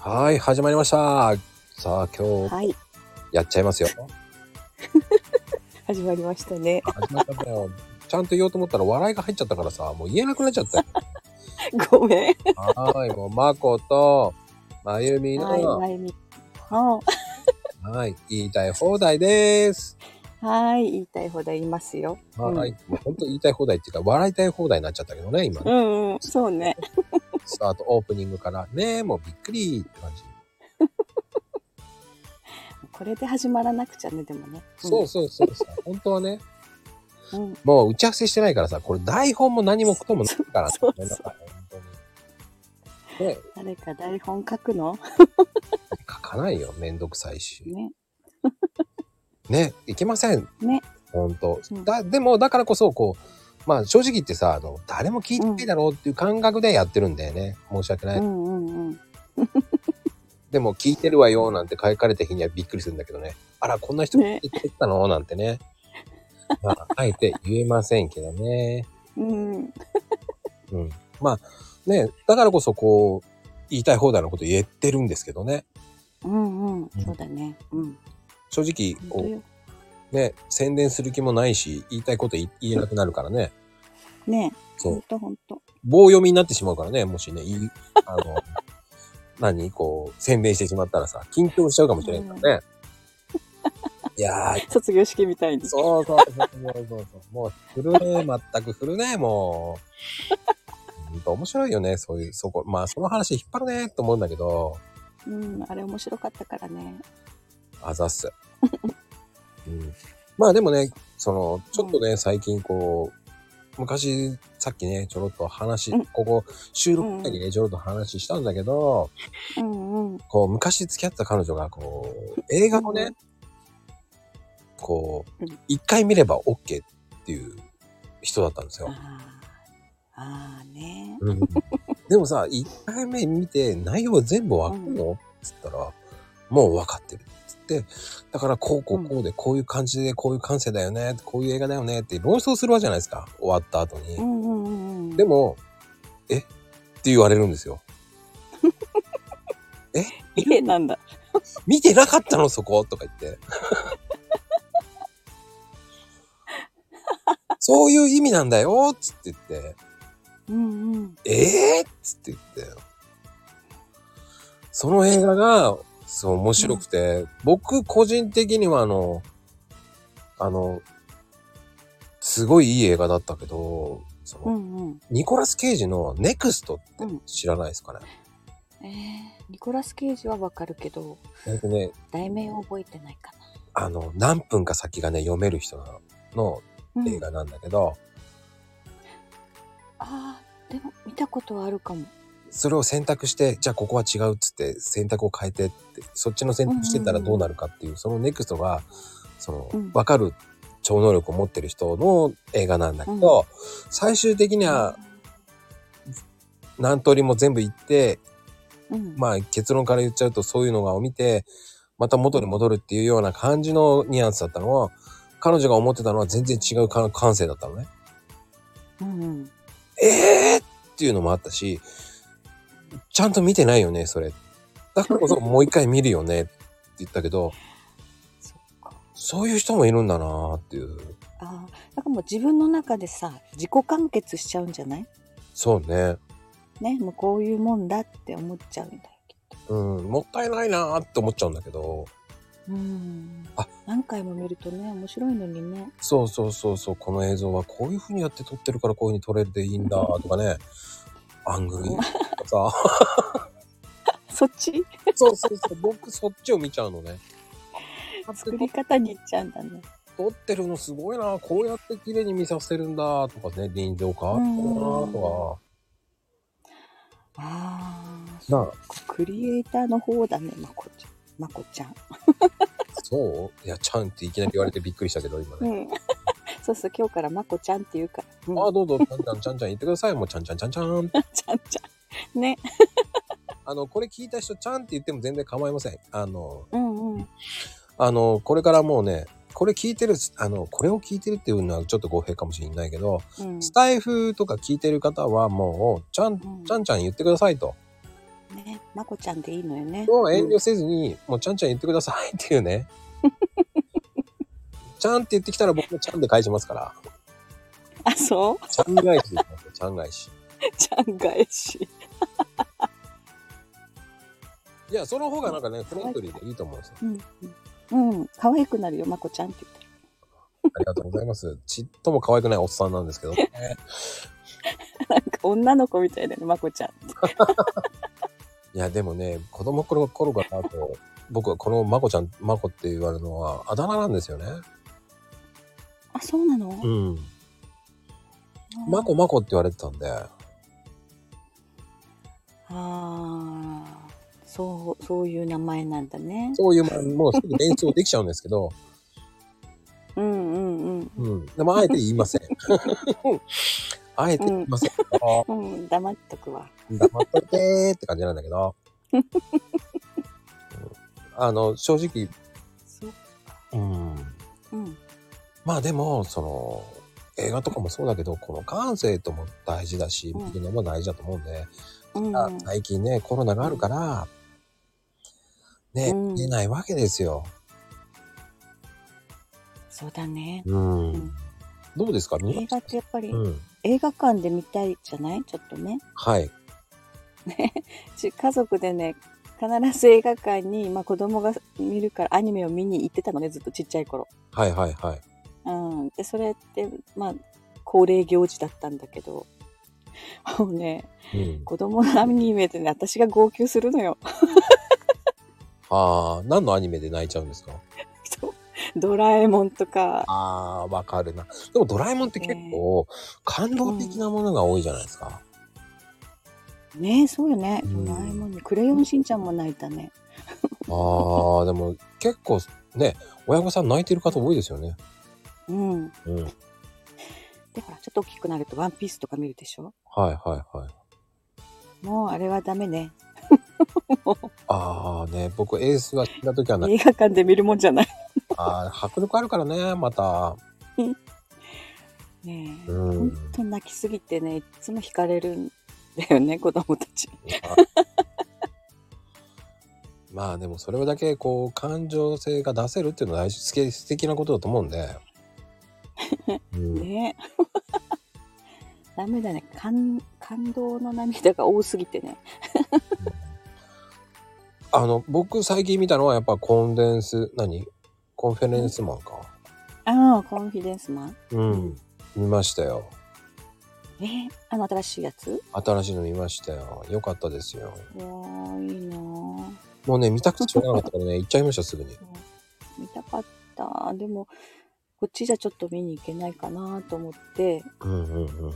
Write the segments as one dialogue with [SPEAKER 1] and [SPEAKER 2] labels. [SPEAKER 1] はい、始まりました。さあ、今日
[SPEAKER 2] はい、
[SPEAKER 1] やっちゃいますよ。
[SPEAKER 2] 始まりましたね。
[SPEAKER 1] 始まったんだよ。ちゃんと言おうと思ったら笑いが入っちゃったからさ、もう言えなくなっちゃったよ。
[SPEAKER 2] ごめん。
[SPEAKER 1] はーい、もう、まこと、まゆみ
[SPEAKER 2] はい、
[SPEAKER 1] の、
[SPEAKER 2] まゆみ。は
[SPEAKER 1] はい、言いたい放題です。
[SPEAKER 2] はい、言いたいほど言いますよ。
[SPEAKER 1] はーい、
[SPEAKER 2] う
[SPEAKER 1] もう本当言いたい放題っていうか、笑いたい放題になっちゃったけどね、今ね。
[SPEAKER 2] うんうん、そうね。
[SPEAKER 1] スタートオープニングから、ねえ、もうびっくりって感じ。
[SPEAKER 2] これで始まらなくちゃね、でもね。
[SPEAKER 1] そうそうそうそう。本当はね、
[SPEAKER 2] うん。うん。
[SPEAKER 1] もう打ち合わせしてないからさ、これ台本も何もこともないからね。
[SPEAKER 2] そうそう
[SPEAKER 1] だから本当に。ね、
[SPEAKER 2] 誰か台本書くの
[SPEAKER 1] 書かないよ。めんどくさいし。
[SPEAKER 2] ね。
[SPEAKER 1] ね、いけません。
[SPEAKER 2] ね。
[SPEAKER 1] 本当
[SPEAKER 2] うん
[SPEAKER 1] だ、でも、だからこそ、こう、まあ正直言ってさ、あの、誰も聞いてないだろうっていう感覚でやってるんだよね。申し訳な
[SPEAKER 2] う
[SPEAKER 1] い。
[SPEAKER 2] んうんうん。
[SPEAKER 1] でも、聞いてるわよ、なんて書かれた日にはびっくりするんだけどね。あら、こんな人聞いてたのなんてね。まあ、あえて言えませんけどね。
[SPEAKER 2] うん。
[SPEAKER 1] うん。まあね、だからこそこう、言いたい放題のこと言ってるんですけどね。
[SPEAKER 2] うんうん。そうだね。うん。
[SPEAKER 1] 正直、
[SPEAKER 2] 本当
[SPEAKER 1] こ
[SPEAKER 2] よ。
[SPEAKER 1] う、ね、宣伝する気もないし、言いたいこと言言えなくなるからね。
[SPEAKER 2] ね
[SPEAKER 1] そ
[SPEAKER 2] 本
[SPEAKER 1] う。
[SPEAKER 2] 当本当。
[SPEAKER 1] 棒読みになってしまうからね、もしね、言い、あの、 何こう、宣伝してしまったらさ、緊張しちゃうかもしれないからね。いやー、
[SPEAKER 2] 卒業式みたいに。
[SPEAKER 1] そうそうそうそうそうそう。もう、振るね、全く振るね、もう。ほんと面白いよね、そういう、そこ、まあ、その話引っ張るね、と思うんだけど。
[SPEAKER 2] うん。あれ面白かったからね。
[SPEAKER 1] あざっ す。うん、まあでもね、その、ちょっとね、最近こう、昔、さっきね、ちょろっと話
[SPEAKER 2] うん、
[SPEAKER 1] ここ、収録の時ね、ちょろっと話したんだけど、
[SPEAKER 2] うんうん。
[SPEAKER 1] こう、昔付き合った彼女が、こう、映画をね、こう
[SPEAKER 2] うん、
[SPEAKER 1] 一回見れば OK っていう人だったんですよ。
[SPEAKER 2] ああ。ああね。
[SPEAKER 1] うん、でもさ、一回目見て内容は全部わかるの、っつったら、もうわかってる。つって、だからこうこうこうで、こういう感じで、こういう感性だよね、こういう映画だよねって論争するわけじゃないですか。終わった後
[SPEAKER 2] う
[SPEAKER 1] に。
[SPEAKER 2] んうんうんうん。
[SPEAKER 1] でも、えって言われるんですよ。
[SPEAKER 2] え、なんだ。
[SPEAKER 1] 見てなかったのそことか言って。そういう意味なんだよっつって言って。
[SPEAKER 2] うんうん。
[SPEAKER 1] ええっつって言ってその映画がそう面白くて、僕個人的にはあのあのすごいいい映画だったけどその、
[SPEAKER 2] うんうん。
[SPEAKER 1] ニコラス・ケイジの「ネクストって
[SPEAKER 2] うん
[SPEAKER 1] 知らないですかね、
[SPEAKER 2] えー、ニコラス・ケイジはわかるけど
[SPEAKER 1] えっとね
[SPEAKER 2] 題名を覚えてないか
[SPEAKER 1] あの何分か先がね読める人なの
[SPEAKER 2] な、うん
[SPEAKER 1] 映画なんだけど、
[SPEAKER 2] あーでも見たことはあるかも
[SPEAKER 1] それを選択してじゃあここは違うっつって選択を変えてってそっちの選択してたらどうなるかっていう、そのネクストがその、
[SPEAKER 2] うん
[SPEAKER 1] 分かる超能力を持ってる人の映画なんだけど、最終的には何通りも全部行って、
[SPEAKER 2] うん
[SPEAKER 1] まあ結論から言っちゃうとそういうのを見てまた元に戻るっていうような感じのニュアンスだったのは彼女が思ってたのは全然違う感感性だったのね。
[SPEAKER 2] うんうん
[SPEAKER 1] えーっていうのもあったしちゃんと見てないよねそれ。だからこそもう一回見るよねって言ったけど
[SPEAKER 2] そっか
[SPEAKER 1] そういう人もいるんだなーっていう。
[SPEAKER 2] あーだからもう自分の中でさ自己完結しちゃうんじゃない
[SPEAKER 1] そうね。
[SPEAKER 2] ねもうこういうもんだって思っちゃうんだよきっ
[SPEAKER 1] うん、もったいないなーって思っちゃうんだけど。
[SPEAKER 2] とうん
[SPEAKER 1] あ
[SPEAKER 2] 何回も見るとね面白いのにね
[SPEAKER 1] そうそうそうそう、この映像はこういう風にやって撮ってるからこういう風に撮れるでいいんだとか ね。アングルいいとかさ。
[SPEAKER 2] そっち
[SPEAKER 1] そうそうそう、僕そっちを見ちゃうのね。
[SPEAKER 2] 作り方にいっちゃうんだね
[SPEAKER 1] 撮ってるのすごいな、こうやって綺麗に見させてるんだとかね、臨場感あったなと
[SPEAKER 2] あ
[SPEAKER 1] か。なあ、
[SPEAKER 2] あクリエイターの方だねまこちゃんまこちゃん
[SPEAKER 1] そういや、ちゃんっていきなり言われてびっくりしたけど、今
[SPEAKER 2] う
[SPEAKER 1] ね。
[SPEAKER 2] ん そうそう今日からまこちゃんって言うから、うん
[SPEAKER 1] あ、どうぞ、ちゃんちゃんちゃんちゃん言ってください。もうちゃんちゃんちゃんちゃん。
[SPEAKER 2] ちゃんちゃん。ね。
[SPEAKER 1] あの、これ聞いた人、ちゃんって言っても全然構いません。あの、
[SPEAKER 2] うんうん。
[SPEAKER 1] あの、これからもうね、これ聞いてる、あの、これを聞いてるっていうのはちょっと語弊かもしれないけど、
[SPEAKER 2] うん
[SPEAKER 1] スタイフとか聞いてる方はもう、ちゃん、
[SPEAKER 2] うん
[SPEAKER 1] ちゃんちゃん言ってくださいと。
[SPEAKER 2] ね、まこちゃんでいいのよね。
[SPEAKER 1] もう遠慮せずに、もうちゃんちゃん言ってくださいっていうね。ちゃんって言ってきたら僕もちゃんで返しますから。
[SPEAKER 2] あ、そう
[SPEAKER 1] ちゃん返しですね。ちゃん返し。
[SPEAKER 2] ちゃん返し。
[SPEAKER 1] いや、その方がなんかね、フレンドリーでいいと思うんですよ。
[SPEAKER 2] うん。うん。可愛くなるよ、まこちゃんって言ったら。
[SPEAKER 1] ありがとうございます。ちっとも可愛くないおっさんなんですけど。
[SPEAKER 2] なんか女の子みたいだね、まこちゃんって。
[SPEAKER 1] いや、でもね、子供頃頃からと、僕はこのまこちゃん、まこって言われるのは、あだ名なんですよね。
[SPEAKER 2] あ、そうなの、
[SPEAKER 1] うん。
[SPEAKER 2] うん
[SPEAKER 1] まこまこって言われてたんで、
[SPEAKER 2] ああ、そう、そういう名前なんだね。
[SPEAKER 1] そういう、もうすぐ連想できちゃうんですけど、
[SPEAKER 2] うんうんうん。
[SPEAKER 1] うん。でも、あえて言いません。あえて言いません。あ
[SPEAKER 2] うん、黙っとくわ。
[SPEAKER 1] ー黙っといてーって感じなんだけ ど。うんあの、正直、
[SPEAKER 2] そう。
[SPEAKER 1] うん。
[SPEAKER 2] うん。
[SPEAKER 1] まあでも、その、映画とかもそうだけど、この感性とも大事だし、
[SPEAKER 2] うん
[SPEAKER 1] 見るのも大事だと思うんで、
[SPEAKER 2] うん。
[SPEAKER 1] あ最近ね、コロナがあるから、ね、
[SPEAKER 2] うん
[SPEAKER 1] 見えないわけですよ。
[SPEAKER 2] そうだね。
[SPEAKER 1] うん
[SPEAKER 2] ん
[SPEAKER 1] どうですか
[SPEAKER 2] 映
[SPEAKER 1] 見
[SPEAKER 2] 画ってやっぱり
[SPEAKER 1] うん。
[SPEAKER 2] 映画館で見たいじゃないちょっとね。
[SPEAKER 1] はい。
[SPEAKER 2] ち家族でね、必ず映画館に、まあ子供が見るからアニメを見に行ってたのね、ずっとちっちゃい頃。
[SPEAKER 1] はいはいはい。
[SPEAKER 2] うん。で、それって、まあ、恒例行事だったんだけど、もうね、
[SPEAKER 1] うん、
[SPEAKER 2] 子供のアニメでね、私が号泣するのよ。
[SPEAKER 1] ああ、何のアニメで泣いちゃうんですか
[SPEAKER 2] そうドラえもんとか、
[SPEAKER 1] ああ、わかるな。でもドラえもんって結構感動的なものが多いじゃないですか。
[SPEAKER 2] ねそうよね。
[SPEAKER 1] うん
[SPEAKER 2] ドラえもんに、クレヨンしんちゃんも泣いたね。
[SPEAKER 1] ああ、でも結構ね、親御さん泣いてる方多いですよね。
[SPEAKER 2] うん。
[SPEAKER 1] うん。はい
[SPEAKER 2] で、ほら、ちょっと大きくなるとワンピースとか見るでしょ
[SPEAKER 1] はいはい。
[SPEAKER 2] もうあれはダメね。
[SPEAKER 1] ああね、僕エースが死んだ時は泣い
[SPEAKER 2] 映画館で見るもんじゃない。
[SPEAKER 1] あー迫力あるからね、また。
[SPEAKER 2] ねえ。
[SPEAKER 1] う
[SPEAKER 2] ほん
[SPEAKER 1] ん。
[SPEAKER 2] と泣きすぎてね、いつも惹かれるんだよね、子 供たち。
[SPEAKER 1] まあでもそれだけこう感情性が出せるっていうのは大事すげ素敵なことだと思うん で、うん、
[SPEAKER 2] ね え。ダメだね。感、感動の涙が多すぎてね。
[SPEAKER 1] あの僕最近見たのはやっぱコンデンス何コンフェレンスマンか
[SPEAKER 2] ああ、コンフィデンスマン。
[SPEAKER 1] うん、見ましたよ
[SPEAKER 2] ねえ。あの新しいやつ
[SPEAKER 1] 新しいの見ましたよよかったですよ
[SPEAKER 2] うわあいいなあ
[SPEAKER 1] もうね見たくてしょうがなかったからね行っちゃいましたすぐに
[SPEAKER 2] 見たかったでもこっちじゃちょっと見に行けないかなと思って
[SPEAKER 1] うんうんうんっ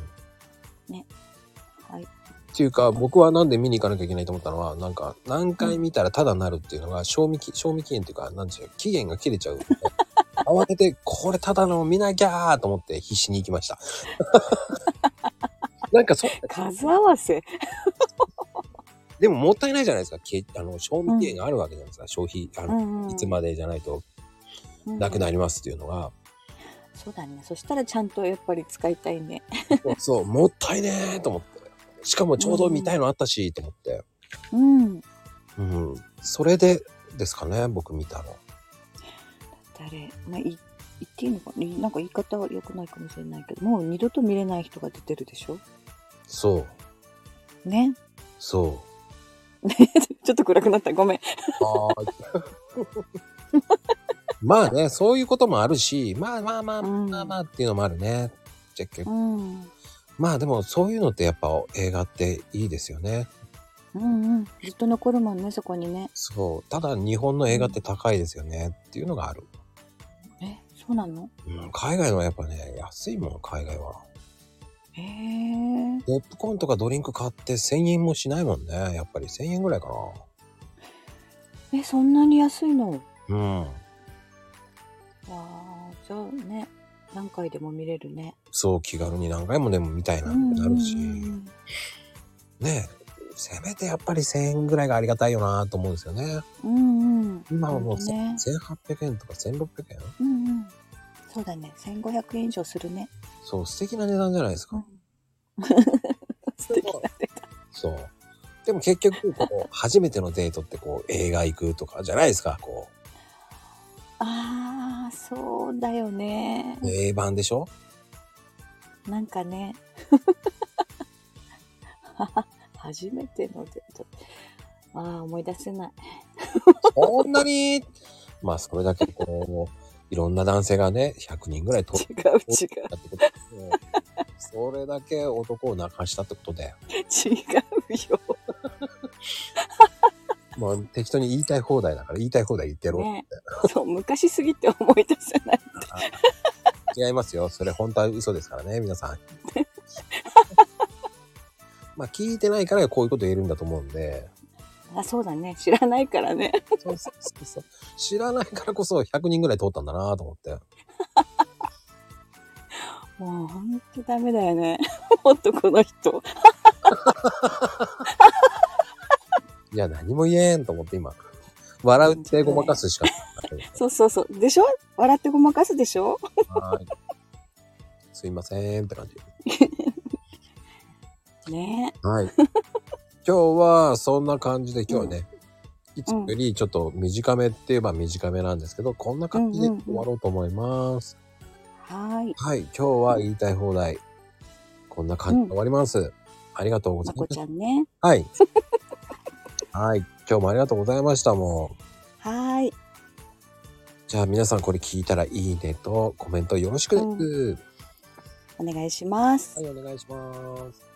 [SPEAKER 2] はい
[SPEAKER 1] ていうか僕はなんで見に行かなきゃいけないと思ったのはなんか何回見たらタダになるっていうのが賞味期賞味期限っていうか何でしょう期限が切れちゃうん で慌ててこれタダの見なきゃーと思って必死に行きました なんかそ
[SPEAKER 2] 数合わせ
[SPEAKER 1] でももったいないじゃないですかけあの賞味期限があるわけじゃないですか、消費あの、いつ
[SPEAKER 2] つ
[SPEAKER 1] までじゃないとなく
[SPEAKER 2] い
[SPEAKER 1] なりますっていうのが、
[SPEAKER 2] そうだねそしたらちゃんとやっぱり使いたいね
[SPEAKER 1] そうそうもったいねーと思ってしかもちょうど見たいのあったしと思って、
[SPEAKER 2] うん
[SPEAKER 1] うんそれでですかね僕見たの
[SPEAKER 2] 誰、まあ、い言っていいのかないなんか言い方は良くないかもしれないけどもう二度と見れない人が出てるでしょ
[SPEAKER 1] そう
[SPEAKER 2] ね
[SPEAKER 1] そ
[SPEAKER 2] ちょっと暗くなったごめん
[SPEAKER 1] うはーい まあねそういうこともあるしまあまあまあ
[SPEAKER 2] うん
[SPEAKER 1] まあまあっていうのもあるね、じゃけ
[SPEAKER 2] うん
[SPEAKER 1] まあでもそういうのってやっぱ映画っていいですよね
[SPEAKER 2] うんうんずっと残るもんねそこにね
[SPEAKER 1] そうただ日本の映画って高いですよねっていうのがある、
[SPEAKER 2] えそうなの
[SPEAKER 1] うん、海外のはやっぱね安いもん海外は
[SPEAKER 2] へえ
[SPEAKER 1] ポップコーンとかドリンク買って1000円もしないもんねやっぱり1000円ぐらいか
[SPEAKER 2] えそんなに安いの
[SPEAKER 1] なうん
[SPEAKER 2] あーじゃあね何回でも見れるね。
[SPEAKER 1] そう気軽に何回もでも見たいなってなるし、
[SPEAKER 2] うん
[SPEAKER 1] ねえせめてやっぱり1000円ぐらいがありがたいよなと思うんですよね
[SPEAKER 2] うんうんうん。
[SPEAKER 1] 今はもう
[SPEAKER 2] ほんとね。
[SPEAKER 1] 1800円とか1600円
[SPEAKER 2] うんうん。そうだね。1500円以上するね。
[SPEAKER 1] そう、素敵な値段じゃないですか。
[SPEAKER 2] 素敵なデータ。
[SPEAKER 1] そう。でも結局、こう、初めてのデートってこう、映画行くとかじゃないですか。こ
[SPEAKER 2] ああ、そうだよね。
[SPEAKER 1] う、定番でしょ
[SPEAKER 2] なんかね。 初めてのデート。ああ、思い出せない。
[SPEAKER 1] そんなに まあ、それだけこう、いろんな男性がね、100人ぐらい通っ
[SPEAKER 2] 違う違う。
[SPEAKER 1] たってこと ですよ。それだけ男を泣かしたってことだよ。
[SPEAKER 2] 違うよ。
[SPEAKER 1] まあ、適当に言いたい放題だから、言いたい放題言ってやろう。
[SPEAKER 2] ね、そう昔すぎて思い出せない。
[SPEAKER 1] 違いますよ。それ本当は嘘ですからね、皆さん。まあ、聞いてないからこういうこと言えるんだと思うんで。
[SPEAKER 2] あそうだね知らないからね。
[SPEAKER 1] そうそうそうそう知らないからこそ100人ぐらい通ったんだなと思って。
[SPEAKER 2] もうほんとダメだよね。 もっとこの人。
[SPEAKER 1] いや、何も言えんと思って今。笑うってごまかすしかない。
[SPEAKER 2] そうそうそうでしょ笑ってごまかすでしょ
[SPEAKER 1] はーいすいませんって感じ。
[SPEAKER 2] ね
[SPEAKER 1] はい。 今日はそんな感じで今日はね、いつもよりちょっと短めって言えば短めなんですけど、こんな感じで終わろうと思います。
[SPEAKER 2] はーい。
[SPEAKER 1] はい、今日は言いたい放題。こんな感じで終わります。ありがとうござ
[SPEAKER 2] ま
[SPEAKER 1] います
[SPEAKER 2] こち。ゃんね。
[SPEAKER 1] はい。 はい、今日もありがとうございました、もう。
[SPEAKER 2] はーい。
[SPEAKER 1] じゃあ皆さんこれ聞いたらいいねとコメントよろしくです。
[SPEAKER 2] お願いします。
[SPEAKER 1] はい、お願いします。